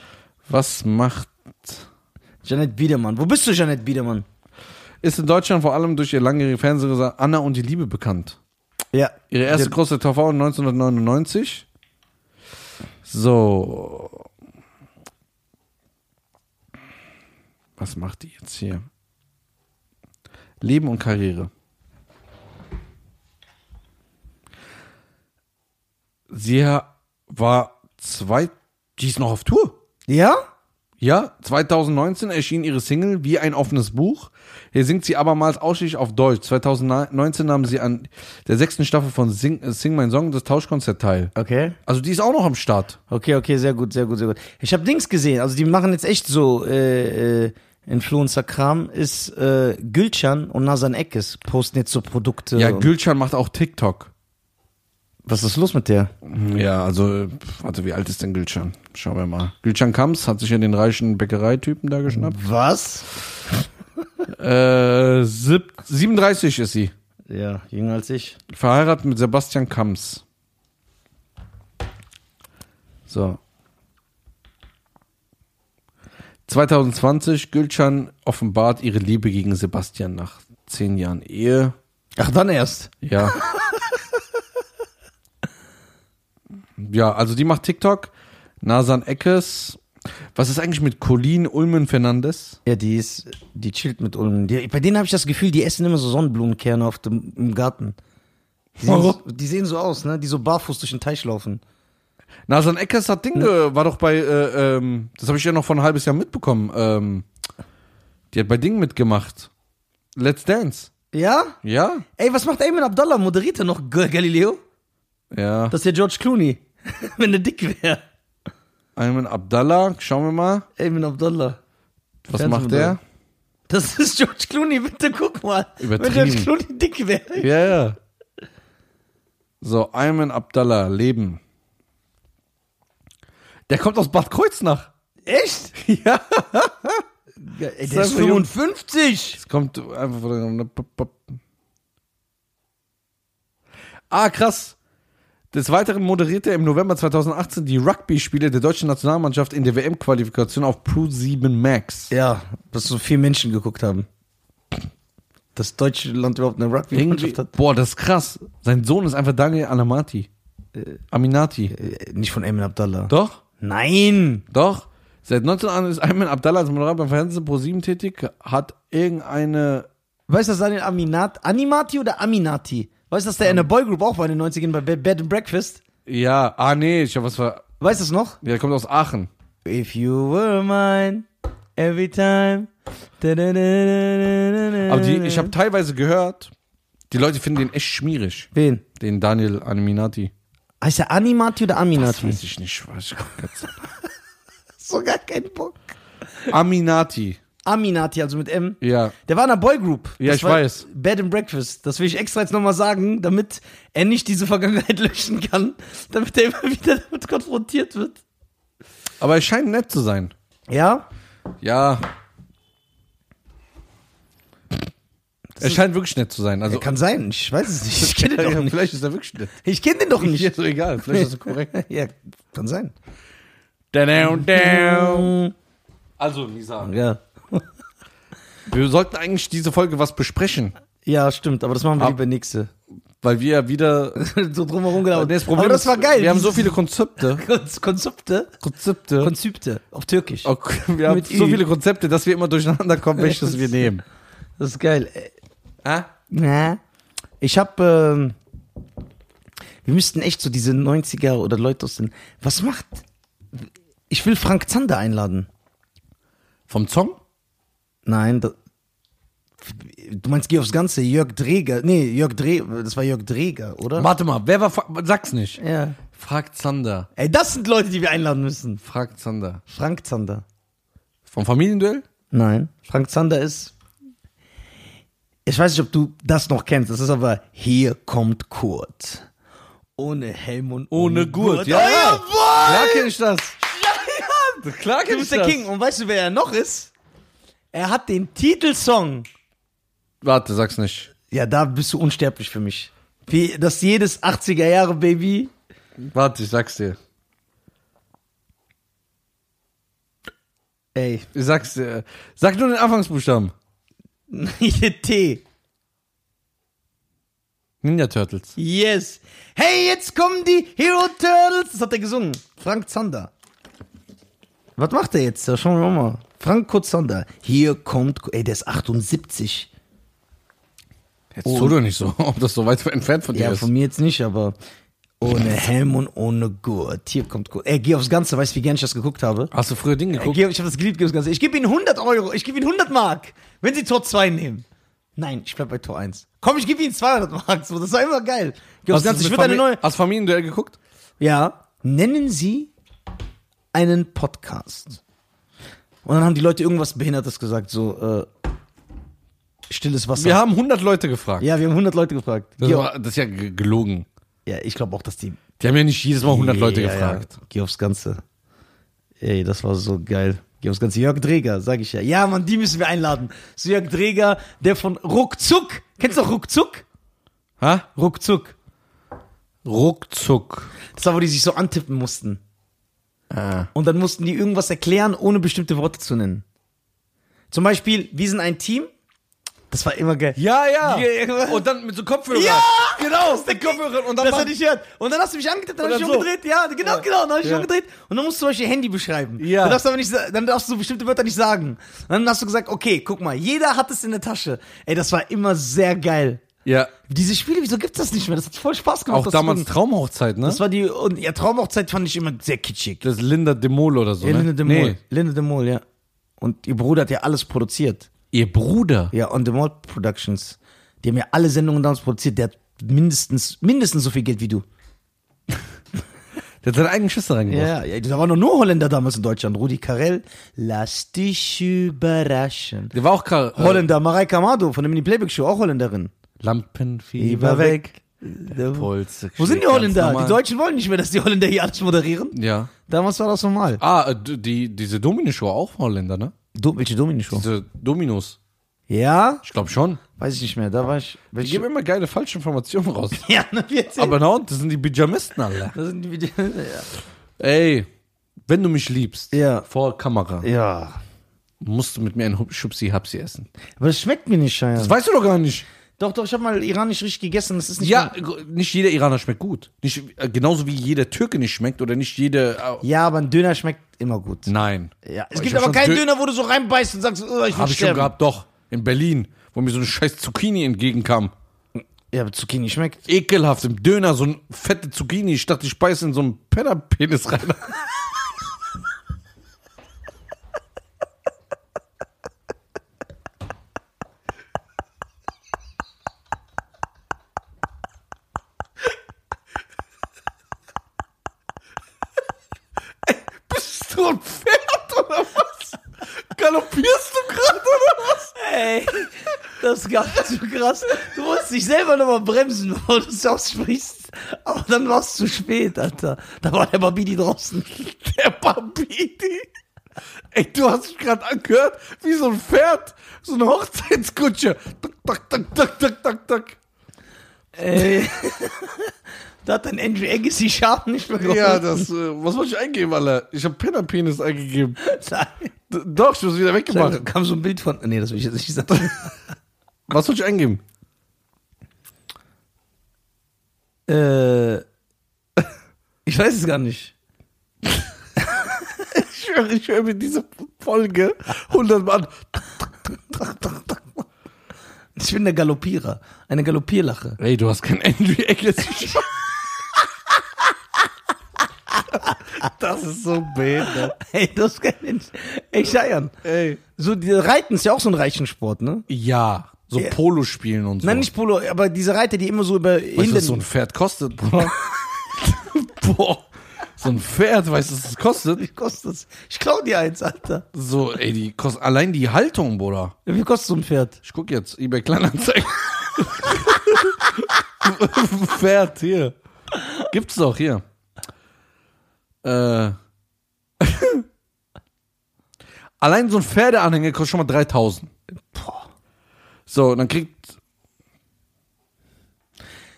S1: Was macht.
S2: Janet Biedermann. Wo bist du, Janet Biedermann?
S1: Ist in Deutschland vor allem durch ihr langjährige Fernsehserie Anna und die Liebe bekannt.
S2: Ja.
S1: Ihre erste große TV 1999. So. Was macht die jetzt hier? Leben und Karriere. Sie war zwei. Die ist noch auf Tour.
S2: Ja?
S1: Ja, 2019 erschien ihre Single Wie ein offenes Buch. Hier singt sie abermals ausschließlich auf Deutsch. 2019 nahm sie an der sechsten Staffel von Sing, äh, Sing Mein Song das Tauschkonzert teil.
S2: Okay.
S1: Also die ist auch noch am Start.
S2: Okay, okay, sehr gut, sehr gut, sehr gut. Ich habe Dings gesehen. Also die machen jetzt echt so äh, äh, Influencer-Kram. Ist äh, Gülcan und Nasan Eckes posten jetzt so Produkte.
S1: Ja,
S2: und-
S1: Gülcan macht auch TikTok.
S2: Was ist los mit der?
S1: Ja, also, äh, also wie alt ist denn Gülcan? Schauen wir mal. Mhm. Gülcan Kams hat sich ja den reichen Bäckereitypen da geschnappt.
S2: Was?
S1: Äh, sieb, 37 ist sie.
S2: Ja, jünger als ich.
S1: Verheiratet mit Sebastian Kams. So. 2020, Gülcan offenbart ihre Liebe gegen Sebastian nach zehn Jahren Ehe.
S2: Ach, dann erst.
S1: Ja. ja, also die macht TikTok. Nasan Eckes. Was ist eigentlich mit Colleen Ulmen Fernandes?
S2: Ja, die ist, die chillt mit Ulmen. Die, bei denen habe ich das Gefühl, die essen immer so Sonnenblumenkerne auf dem, im Garten. Die sehen,
S1: Warum?
S2: so, die sehen so aus, ne? Die so barfuß durch den Teich laufen.
S1: Na, so ein Eckers hat Ding äh, war doch bei, äh, ähm, das habe ich ja noch vor ein halbes Jahr mitbekommen. Ähm, die hat bei Ding mitgemacht. Let's Dance.
S2: Ja?
S1: Ja?
S2: Ey, was macht Ayman Abdallah? Moderiert er noch G- Galileo?
S1: Ja.
S2: Das ist ja George Clooney. Wenn er dick wäre.
S1: Ayman Abdallah, schauen wir mal.
S2: Ayman Abdallah.
S1: Was
S2: Fernsehen-
S1: macht der?
S2: Das ist George Clooney, bitte guck mal. Wenn
S1: Übertrieben.
S2: George Clooney dick wäre.
S1: Ja, ja. So, Ayman Abdallah, Leben. Der kommt aus Bad Kreuznach.
S2: Echt?
S1: Ja.
S2: Ja, ey,
S1: Sag mal, Junge.
S2: 55.
S1: Es kommt einfach von ne, Ah, krass. Des Weiteren moderierte er im November 2018 die Rugby-Spiele der deutschen Nationalmannschaft in der WM-Qualifikation auf Pro 7 Max.
S2: Ja, dass so viele Menschen geguckt haben. Dass Deutschland überhaupt eine Rugby-Mannschaft hat.
S1: Boah, das ist krass. Sein Sohn ist einfach Daniel Anamati. Aminati.
S2: Äh, Nicht von Ayman Abdallah.
S1: Doch?
S2: Nein.
S1: Doch. Seit 19 Jahren ist Ayman Abdallah als Moderator beim Fernsehen Pro 7 tätig, hat irgendeine.
S2: Weißt du, das Daniel Aminat, Animati oder Aminati? Weißt du, dass der in der Boygroup auch war in den 90ern bei Bed- Bed and Breakfast?
S1: Ja, ah, nee, ich hab was ver.
S2: Weißt du es noch?
S1: Der kommt aus Aachen.
S2: If you were mine, every time. Aber
S1: Aber die,
S2: Äh.
S1: ich habe teilweise gehört, die Leute finden den echt schmierig.
S2: Wen?
S1: Den Daniel Animinati.
S2: Heißt er Animati oder Aminati?
S1: Weiß ich nicht, was ich guck jetzt.
S2: So gar keinen Bock.
S1: Aminati.
S2: Aminati, also mit M.
S1: Ja.
S2: Der war in einer Boygroup.
S1: Ja,
S2: Das
S1: ich
S2: war
S1: weiß.
S2: Bed and Breakfast. Das will ich extra jetzt nochmal sagen, damit er nicht diese Vergangenheit löschen kann, damit er immer wieder damit konfrontiert wird.
S1: Aber er scheint nett zu sein.
S2: Ja?
S1: Ja. er scheint wirklich nett zu sein. Also,
S2: Kann sein, ich weiß es nicht. Ich kenne den doch nicht.
S1: Vielleicht ist er wirklich nett.
S2: Ich kenne den doch
S1: Mir
S2: nicht.
S1: ist so egal. Vielleicht ist er korrekt.
S2: Ja, kann sein. Mm.
S1: Down, down. Also, Nisa,
S2: Ja.
S1: wir sollten eigentlich diese Folge was besprechen,
S2: Ja, stimmt, aber das machen wir
S1: Ab-
S2: lieber nächste.
S1: weil wir ja wieder.
S2: so drumherum gelaufen.
S1: Das Problem
S2: aber das
S1: ist,
S2: war geil.
S1: Wir haben so
S2: Dieses
S1: viele Konzepte.
S2: Kon- Konzepte.
S1: Konzepte.
S2: Konzepte. Auf Türkisch.
S1: Okay, wir haben
S2: Mit
S1: so
S2: Ü.
S1: viele Konzepte, dass wir immer durcheinander kommen, welches wir nehmen.
S2: Das ist geil. Äh,
S1: Ah?
S2: Na, ich hab, ähm, wir müssten echt so diese 90er oder Leute aus den, was macht, ich will Frank Zander einladen.
S1: Vom Song?
S2: Nein, da, du meinst, geh aufs Ganze, Jörg Dreger, nee, Jörg Dreger, das war Jörg Dreger, oder?
S1: Warte mal, wer war. Fra- Sag's nicht.
S2: ja.
S1: Frag Zander.
S2: Ey, das sind Leute, die wir einladen müssen.
S1: Frag Zander.
S2: Frank Zander.
S1: Vom Familienduell?
S2: Nein, Frank Zander ist, ich weiß nicht, ob du das noch kennst, das ist aber, hier kommt Kurt. Ohne Helm und ohne, Gurt.
S1: Ja,
S2: Oh,
S1: ja.
S2: jawohl!
S1: Klar kenn ich das. Klar
S2: Du
S1: kenn ich
S2: bist der
S1: das.
S2: King. Und weißt du, wer er noch ist? Er hat den Titelsong.
S1: Warte, sag's nicht.
S2: Ja, da bist du unsterblich für mich. Wie das jedes 80er Jahre Baby.
S1: Warte, ich sag's dir.
S2: Ey,
S1: Ich sag's dir. Sag nur den Anfangsbuchstaben.
S2: T.
S1: Ninja Turtles.
S2: Yes. Hey, jetzt kommen die Hero Turtles. Das hat er gesungen. Frank Zander. Was macht er jetzt? Da Schauen wir mal. Frank Kurt Zander. Hier kommt. Ey, der ist 78.
S1: Jetzt tu doch nicht so, ob das so weit entfernt von dir
S2: Oh. Ja,
S1: ist.
S2: von mir jetzt nicht, aber. Ohne Helm und ohne Gurt. Hier kommt Gurt. Ey, geh aufs Ganze. Weißt du, wie gern ich das geguckt habe?
S1: Hast du früher Ding geguckt?
S2: Äh, Geh- Ich habe das geliebt, gebe das Ganze. Ich gebe Ihnen 100 Euro, ich gebe Ihnen 100 Mark, wenn Sie Tor 2 nehmen. Nein, ich bleib bei Tor 1. Komm, ich gebe Ihnen 200 Mark, so, das war immer geil. Geh aufs
S1: Hast, du
S2: Ganze,
S1: mit
S2: ich würde eine
S1: Famili-
S2: neue.
S1: Hast du Familienduell geguckt?
S2: Ja, nennen Sie einen Podcast. Und dann haben die Leute irgendwas Behindertes gesagt, so, äh, stilles Wasser.
S1: Wir haben 100 Leute gefragt.
S2: ja, wir haben 100 Leute gefragt.
S1: Das,
S2: Geh-
S1: war, das ist ja ge- gelogen.
S2: ja, ich glaube auch, dass die
S1: Die haben ja nicht jedes Mal 100 Leute
S2: Ja,
S1: gefragt.
S2: Ja. Geh aufs Ganze. Ey, das war so geil. Geh aufs Ganze. Jörg Dreger, sag ich ja. Ja, Mann, die müssen wir einladen. So Jörg Dreger, der von Ruckzuck. Kennst du noch Ruckzuck?
S1: Ha?
S2: Ruckzuck.
S1: Ruckzuck.
S2: Das war, wo die sich so antippen mussten.
S1: Ah.
S2: Und dann mussten die irgendwas erklären, ohne bestimmte Worte zu nennen. Zum Beispiel, wir sind ein Team. Das war immer geil.
S1: Ja, ja.
S2: Ja.
S1: Und dann mit so Kopfhörern.
S2: Ja!
S1: Genau, aus der Kopfhörer. Und dann
S2: dass er
S1: macht-
S2: dich hört. Und dann hast du mich angetippt, dann
S1: Und
S2: hab ich
S1: dann so.
S2: umgedreht. Ja, genau, genau, dann hab ich
S1: Ja.
S2: umgedreht. Und dann musst du zum Beispiel Handy beschreiben.
S1: Ja.
S2: Dann darfst du aber nicht, sa- dann darfst du bestimmte Wörter nicht sagen. Und dann hast du gesagt, okay, guck mal, jeder hat es in der Tasche. Ey, das war immer sehr geil.
S1: Ja,
S2: Diese Spiele, wieso gibt's das nicht mehr? Das hat voll Spaß gemacht.
S1: auch
S2: das
S1: damals
S2: zu gucken.
S1: Traumhochzeit, ne?
S2: Das war die, und ja, Traumhochzeit fand ich immer sehr kitschig.
S1: Das ist Linda de Mol oder so.
S2: Ja,
S1: ne?
S2: Linda de
S1: Nee,
S2: Mol. Linda de Mol, ja. Und ihr Bruder hat ja alles produziert.
S1: Ihr Bruder.
S2: Ja, On the Mall Productions. Die haben ja alle Sendungen damals produziert. Der hat mindestens, mindestens so viel Geld wie du.
S1: Der hat seine eigenen Schüsse reingebracht.
S2: Ja, ja, da waren noch nur Holländer damals in Deutschland. Rudi Carell, lass dich überraschen.
S1: Der war auch gerade. äh,
S2: Holländer, Mareike Amado von der Mini-Playback-Show, auch Holländerin.
S1: Lampenfieber weg. Polze.
S2: Wo sind die
S1: Ganz
S2: Holländer?
S1: normal.
S2: Die Deutschen wollen nicht mehr, dass die Holländer hier alles moderieren.
S1: Ja.
S2: Damals war das normal.
S1: Ah, äh, d- die, diese Domino-Show auch Holländer, ne?
S2: Do, welche Domini-Show?
S1: Diese Dominos.
S2: Ja,
S1: Ich glaube schon.
S2: weiß ich nicht mehr. Da war ich.
S1: Die geben immer geile falsche Informationen raus.
S2: ja, ne, wir erzählen.
S1: Aber na und, das sind die Pyjamisten alle.
S2: Das sind die,
S1: Ey, wenn du mich liebst,
S2: Ja.
S1: vor Kamera,
S2: ja. ja.
S1: musst du mit mir einen Hup- Schubsi-Hapsi essen.
S2: Aber das schmeckt mir nicht, Scheiße.
S1: Das weißt du doch gar nicht.
S2: Doch, doch, ich habe mal iranisch richtig gegessen. Das ist nicht
S1: Ja, nicht jeder Iraner schmeckt gut. Nicht, äh, genauso wie jeder Türke nicht schmeckt oder nicht jeder. Äh,
S2: Ja, aber ein Döner schmeckt immer gut.
S1: nein.
S2: Ja, es
S1: Oh, Ich
S2: gibt
S1: hab
S2: aber
S1: schon
S2: keinen
S1: Dö-
S2: Döner, wo du so reinbeißt und sagst, oh,
S1: Habe
S2: ich will
S1: ich schon
S2: sterben.
S1: gehabt, doch. In Berlin, wo mir so eine scheiß Zucchini entgegenkam.
S2: ja, aber Zucchini schmeckt.
S1: Ekelhaft, im Döner so eine fette Zucchini. Ich dachte, ich beiße in so einen Penner-Penis rein. Bist du ein Pferd oder was? Galoppierst du gerade oder was?
S2: Ey, das ist gar nicht so krass. Du musst dich selber nochmal bremsen, bevor du es aussprichst. Aber dann war es zu spät, Alter. Da war der Babidi draußen.
S1: Der Babidi. Ey, du hast mich gerade angehört, wie so ein Pferd, so eine Hochzeitskutsche. Duck, duck, duck, duck, duck, duck, duck.
S2: Ey. da hat dein Andrew Agassi Schaden nicht mehr geholfen.
S1: Ja, das, äh, was wollte ich eingeben, Alter? Ich habe Pennerpenis eingegeben.
S2: Nein.
S1: D doch, ich muss wieder
S2: Da
S1: weggemacht.
S2: kam so ein Bild von. Nee, das will ich jetzt nicht sagen.
S1: Was wollte ich eingeben?
S2: äh, ich weiß es gar nicht.
S1: Ich höre ich hör mir diese Folge hundertmal an.
S2: Ich bin der Galoppierer. Eine Galoppierlache.
S1: Ey, du hast kein Andrew Agassi. das ist so ne? behindert.
S2: Ey, das kann ich. Ey, Scheiern.
S1: Ey.
S2: So, die Reiten ist ja auch so ein reichen Sport, ne?
S1: Ja, so
S2: Ja.
S1: Polo spielen und so.
S2: Nein, nicht Polo, aber diese Reiter, die immer so über
S1: Weißt du, was so
S2: Hinden-
S1: ein Pferd kostet, Bruder? Boah. So ein Pferd, weißt du, was das kostet?
S2: Wie kostet das? Ich klau dir eins, Alter.
S1: So, ey, die kostet allein die Haltung, Bruder.
S2: Wie kostet so ein Pferd?
S1: Ich guck jetzt, eBay Kleinanzeigen. Pferd, hier. Gibt's doch, hier. Äh. allein so ein Pferdeanhänger kostet schon mal 3000.
S2: Boah.
S1: So, und dann kriegt.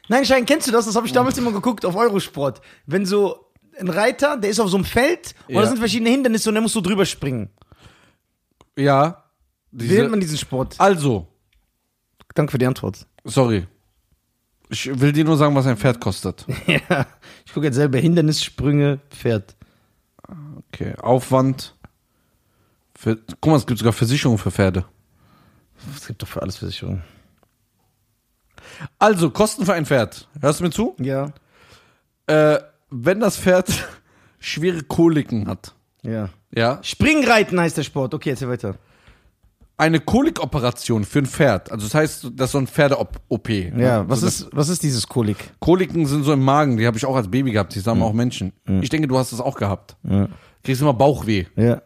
S2: Nein, Schein, kennst du das? Das habe ich damals immer geguckt auf Eurosport. Wenn so ein Reiter, der ist auf so einem Feld und
S1: Ja.
S2: da sind verschiedene Hindernisse und der muss so drüber springen.
S1: Ja.
S2: Wie nennt
S1: Diese,
S2: man diesen Sport?
S1: also,
S2: Danke für die Antwort.
S1: sorry. Ich will dir nur sagen, was ein Pferd kostet.
S2: ja. Ich gucke jetzt selber Hindernissprünge, Pferd.
S1: Okay, Aufwand. Für, guck mal, es gibt sogar Versicherungen für Pferde.
S2: Es gibt doch für alles Versicherungen.
S1: Also, Kosten für ein Pferd. Hörst du mir zu?
S2: Ja.
S1: Äh, wenn das Pferd schwere Koliken hat,
S2: Ja.
S1: ja,
S2: Springreiten heißt der Sport. Okay, jetzt weiter.
S1: eine Kolikoperation für ein Pferd, also das heißt, das ist so ein Pferde-OP.
S2: Ja, was
S1: so
S2: ist, was ist dieses Kolik?
S1: Koliken sind so im Magen, die habe ich auch als Baby gehabt, die haben auch Menschen. Ich denke, du hast das auch gehabt.
S2: Ja.
S1: Kriegst immer Bauchweh.
S2: ja.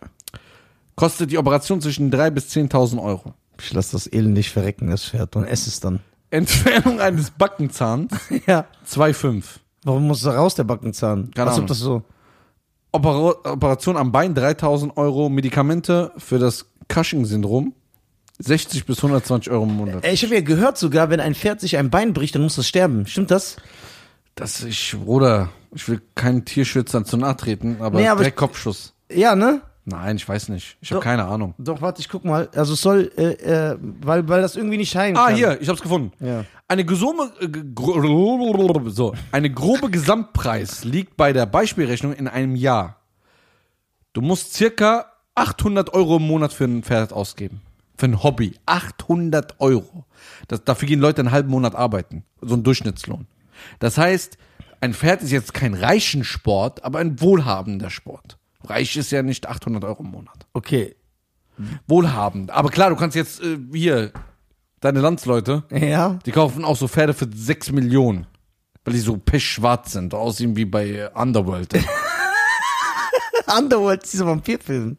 S1: Kostet die Operation zwischen 3.000 bis 10.000 Euro.
S2: Ich lasse das elendig verrecken, das Pferd, und esse es dann.
S1: Entfernung eines Backenzahns,
S2: Ja.
S1: 2,5.
S2: Warum muss da raus, der Backenzahn?
S1: Keine
S2: Als ob
S1: Ahnung.
S2: das so.
S1: Opera Operation am Bein 3000 Euro, Medikamente für das Cushing-Syndrom 60 bis 120 Euro im Monat.
S2: Ey, ich habe ja gehört sogar, wenn ein Pferd sich ein Bein bricht, dann muss das sterben. Stimmt das?
S1: Das ich, Bruder, ich will keinen Tierschützern zu nahe treten, aber,
S2: Nee,
S1: nee,
S2: aber ich-
S1: Kopfschuss.
S2: Ja, ne?
S1: Nein, ich weiß nicht. Ich
S2: Doch.
S1: habe keine Ahnung.
S2: Doch, warte, ich guck mal. Also es soll, äh, äh, weil, weil das irgendwie nicht heilen
S1: Ah,
S2: kann.
S1: hier, ich hab's gefunden.
S2: Ja.
S1: Eine gesumme, äh, ge- gro- so, eine grobe Gesamtpreis liegt bei der Beispielrechnung in einem Jahr. Du musst circa 800 Euro im Monat für ein Pferd ausgeben. für ein Hobby. 800 Euro. Das, dafür gehen Leute einen halben Monat arbeiten. So ein Durchschnittslohn. Das heißt, ein Pferd ist jetzt kein reichen Sport, aber ein wohlhabender Sport. Reich ist ja nicht 800 Euro im Monat.
S2: Okay.
S1: Wohlhabend. Aber klar, du kannst jetzt äh, hier deine Landsleute,
S2: Ja.
S1: die kaufen auch so Pferde für 6 Millionen. Weil die so pechschwarz sind, aussehen wie bei äh, Underworld.
S2: Underworld, dieser Vampirfilm.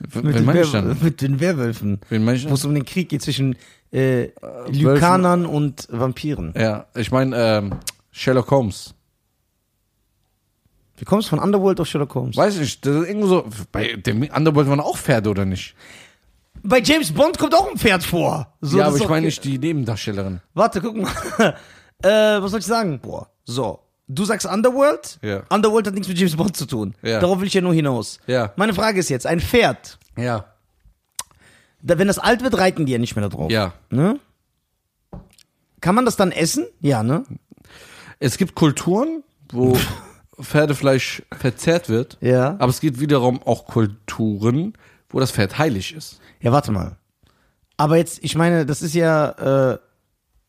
S1: Wen wen meinst du denn?
S2: Werw- mit den Werwölfen.
S1: Wen meinst du?
S2: Wo es um den Krieg geht zwischen äh, Lykanern und Vampiren.
S1: Ja, ich meine, ähm, Sherlock Holmes.
S2: Wie kommst du von Underworld auf Sherlock Holmes?
S1: Weiß nicht, das ist irgendwo so. Bei dem Underworld waren auch Pferde, oder nicht?
S2: Bei James Bond kommt auch ein Pferd vor. So,
S1: ja,
S2: das
S1: aber
S2: ist
S1: ich
S2: auch-
S1: meine nicht die Nebendarstellerin.
S2: Warte, guck mal. äh, was soll ich sagen? Boah, so. Du sagst Underworld?
S1: Ja.
S2: Underworld hat nichts mit James Bond zu tun.
S1: Ja.
S2: Darauf will ich ja nur hinaus.
S1: Ja.
S2: Meine Frage ist jetzt, ein Pferd,
S1: Ja.
S2: da, wenn das alt wird, reiten die ja nicht mehr da drauf.
S1: Ja.
S2: Ne? Kann man das dann essen? Ja, ne?
S1: Es gibt Kulturen, wo Pferdefleisch verzehrt wird.
S2: Ja.
S1: Aber es gibt wiederum auch Kulturen, wo das Pferd heilig ist.
S2: Ja, warte mal. Aber jetzt, ich meine, das ist ja, äh,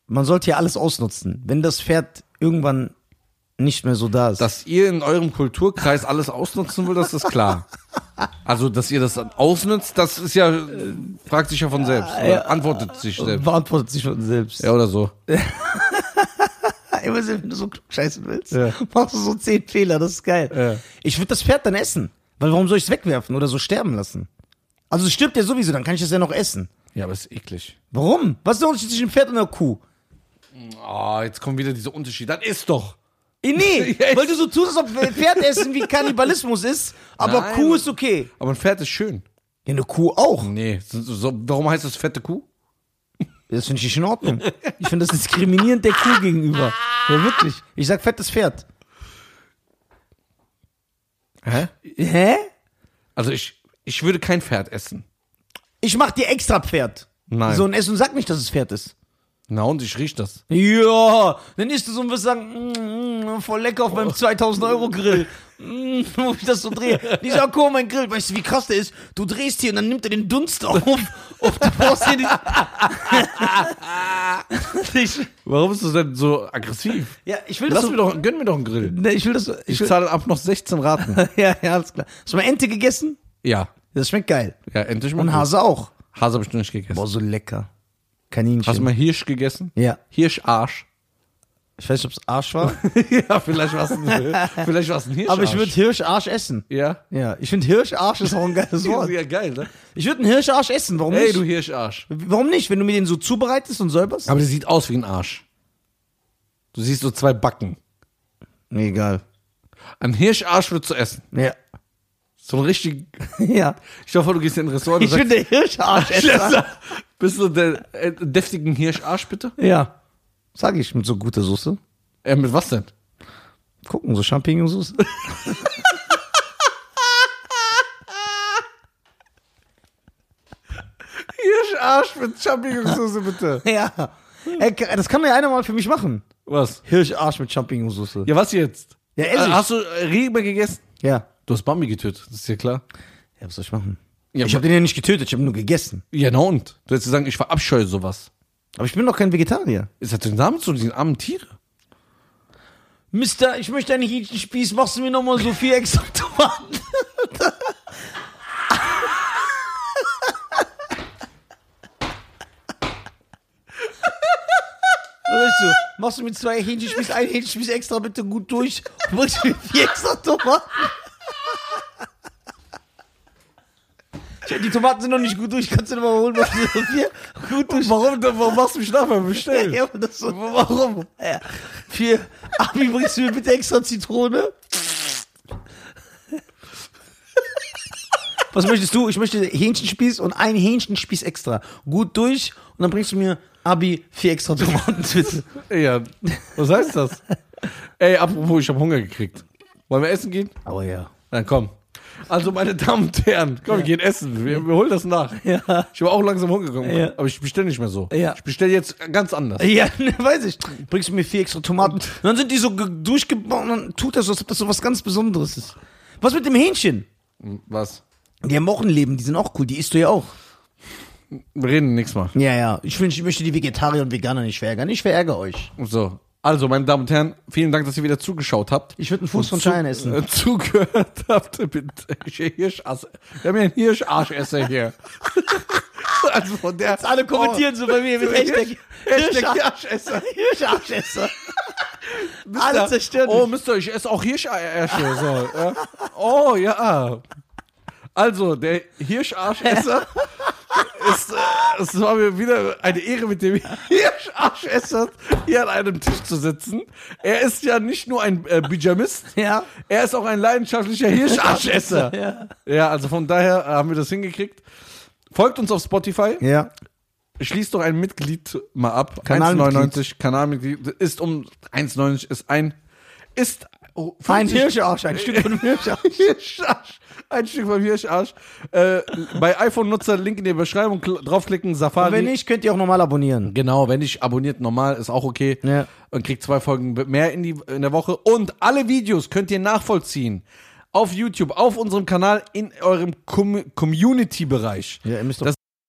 S2: man sollte ja alles ausnutzen. Wenn das Pferd irgendwann nicht mehr so da ist.
S1: Dass ihr in eurem Kulturkreis alles ausnutzen wollt, das ist klar. Also, dass ihr das ausnutzt, das ist ja, äh, fragt sich ja von selbst. Oder
S2: ja.
S1: antwortet sich selbst.
S2: beantwortet sich von selbst.
S1: Ja, oder so.
S2: Immer so, wenn du so klug scheißen willst,
S1: Ja.
S2: machst du so zehn Fehler, das ist geil.
S1: Ja.
S2: Ich würde das Pferd dann essen. Weil warum soll ich es wegwerfen oder so sterben lassen? Also es stirbt ja sowieso, dann kann ich es ja noch essen.
S1: Ja, aber ist eklig.
S2: Warum? Was ist der Unterschied zwischen einem Pferd und einer Kuh?
S1: Ah, jetzt kommen wieder diese Unterschiede. Dann ist doch.
S2: Eh, nee,
S1: Yes.
S2: weil du so tust, als ob Pferd essen wie Kannibalismus ist, aber
S1: Nein.
S2: Kuh ist okay.
S1: Aber ein Pferd ist schön.
S2: Ja, eine Kuh auch.
S1: Nee, so, so, warum heißt das fette Kuh?
S2: Das finde ich nicht in Ordnung. Ich finde das diskriminierend der Kuh gegenüber. Ja, wirklich. Ich sag fettes Pferd.
S1: Hä?
S2: Hä?
S1: Also ich, ich würde kein Pferd essen.
S2: Ich mach dir extra Pferd.
S1: Nein.
S2: So ein Essen sagt nicht, dass es Pferd ist.
S1: Na und ich riech das.
S2: Ja, dann isst du so und wirst sagen, mm, mm, voll lecker auf meinem 2000-Euro-Grill. Mm, wo ich das so drehe. Dieser Akku, mein Grill, weißt du, wie krass der ist? Du drehst hier und dann nimmt er den Dunst auf. auf du brauchst hier die ich,
S1: Warum bist du denn so aggressiv?
S2: ja, ich will das
S1: Lass
S2: so,
S1: mir doch, gönn mir doch einen Grill.
S2: Ne, ich will das so, ich
S1: Ich
S2: will,
S1: zahle ab noch 16 Raten.
S2: ja, ja, alles klar. Hast du mal Ente gegessen?
S1: ja.
S2: Das schmeckt geil.
S1: Ja, endlich mal.
S2: Und
S1: gut.
S2: Hase auch.
S1: Hase habe ich noch nicht gegessen.
S2: Mhm. Boah, so lecker. Kaninchen.
S1: Hast du mal Hirsch gegessen?
S2: ja.
S1: Hirscharsch.
S2: Ich weiß nicht, ob es Arsch war,
S1: ja, vielleicht war es ein, vielleicht war's ein Hirscharsch.
S2: aber ich würde Hirscharsch essen.
S1: Ja.
S2: Ja, ich finde Hirscharsch ist auch ein geiles Wort.
S1: ja geil, ne?
S2: Ich würde einen Hirscharsch essen, warum
S1: Ey,
S2: nicht?
S1: du Hirscharsch.
S2: Warum nicht, wenn du mir den so zubereitest und säuberst?
S1: Aber der sieht aus wie ein Arsch. Du siehst so zwei Backen.
S2: Nee, egal.
S1: Ein Hirscharsch würdest du essen.
S2: Ja.
S1: So ein richtig.
S2: Ja.
S1: Ich hoffe, du gehst in ein Restaurant und
S2: Ich bin
S1: sagst,
S2: der Hirscharsch.
S1: Schwester, bist du der äh, deftigen Hirscharsch, bitte?
S2: Ja. Sag ich, mit so guter Soße.
S1: Äh, mit was denn?
S2: Gucken, so Champignonsauce.
S1: Hirscharsch mit Champignonsauce, bitte.
S2: ja. Ey, das kann mir einer mal für mich machen.
S1: Was?
S2: Hirscharsch mit Champignonsauce.
S1: Ja, was jetzt?
S2: Ja, ess
S1: Äh,
S2: ich.
S1: Hast du äh, Riemen gegessen?
S2: Ja.
S1: Du hast Bambi getötet, das ist ja klar.
S2: Ja, was soll ich machen?
S1: Ja,
S2: ich habe den ja nicht getötet, ich habe nur gegessen.
S1: Ja, na und? Du hättest sagen, ich verabscheue sowas.
S2: Aber ich bin doch kein Vegetarier.
S1: Es hat den Namen zu diesen armen Tiere.
S2: Mister, ich möchte einen Hähnchenspieß, machst du mir nochmal so viel extra Tomaten? Was sagst du? Machst du mir zwei Hähnchenspieß, einen Hähnchenspieß extra bitte gut durch und bringst mir vier extra Tomaten? Ich hab- Die Tomaten sind noch nicht gut durch, kannst du nochmal holen, was du vier gut durch.
S1: Warum, warum machst du mich nachher bestellen?
S2: Ja, aber das so, warum? Ja. Vier. Abi, bringst du mir bitte extra Zitrone? Was möchtest du? Ich möchte Hähnchenspieß und ein Hähnchenspieß extra. Gut durch und dann bringst du mir, Abi, vier extra Tomaten, bitte.
S1: Ja, was heißt das? Ey, apropos, ich habe Hunger gekriegt. Wollen wir essen gehen?
S2: Aber ja.
S1: Dann komm. Also, meine Damen und Herren, komm, wir gehen essen. Wir, wir holen das nach.
S2: Ja.
S1: Ich habe auch langsam Hunger bekommen,
S2: Ja.
S1: aber ich bestelle nicht mehr so.
S2: Ja.
S1: Ich bestelle jetzt ganz anders.
S2: Ja, ne, weiß ich. Bringst du mir vier extra Tomaten. Und dann sind die so ge- durchgebaut und dann tut das so, als ob das so was ganz Besonderes ist. Was mit dem Hähnchen?
S1: Was?
S2: Die haben auch ein Leben, die sind auch cool, die isst du ja auch.
S1: Wir reden nichts mal.
S2: Ja, ja. Ich, wünsch, ich möchte die Vegetarier und Veganer nicht verärgern. Ich verärgere euch.
S1: So. Also, meine Damen und Herren, vielen Dank, dass ihr wieder zugeschaut habt.
S2: Ich würde einen Fuß von
S1: Zu-
S2: Schein essen.
S1: Äh, zugehört habt. Bitte. Hirschasser. Wir haben ja einen Hirscharschesser hier. also von der. Jetzt
S2: Alle kommentieren so bei mir mit Hashtag
S1: Hashtag
S2: Hirsch-
S1: Hirschesser.
S2: Hirscharschesser. Alle zerstören.
S1: Oh, Mister, ich esse auch Hirschärsche. So, ja. Oh, ja. Also, der Hirscharschesser ist, äh, es war mir wieder eine Ehre, mit dem Hirscharschesser hier an einem Tisch zu sitzen. Er ist ja nicht nur ein äh, Pyjamist,
S2: Ja.
S1: er ist auch ein leidenschaftlicher Hirscharschesser.
S2: Ja.
S1: ja, also von daher haben wir das hingekriegt. Folgt uns auf Spotify.
S2: Ja.
S1: Schließt doch ein Mitglied mal ab.
S2: Kanalmitglied.
S1: 1,99 Kanalmitglied ist um 1,99 ist ein ist oh,
S2: Ein
S1: 50
S2: Hirscharsch, ein Stück von einem Hirscharsch.
S1: Hirscharsch. Ein Stück vom Hirscharsch. Äh, bei iPhone-Nutzer, Link in der Beschreibung, kl- draufklicken, Safari.
S2: Wenn nicht, könnt ihr auch normal abonnieren.
S1: Genau, wenn nicht, abonniert normal, ist auch okay.
S2: Ja.
S1: Und kriegt zwei Folgen mehr in, die, in der Woche. Und alle Videos könnt ihr nachvollziehen. Auf YouTube, auf unserem Kanal, in eurem Com Community-Bereich.
S2: Ja, ihr müsst doch-
S1: das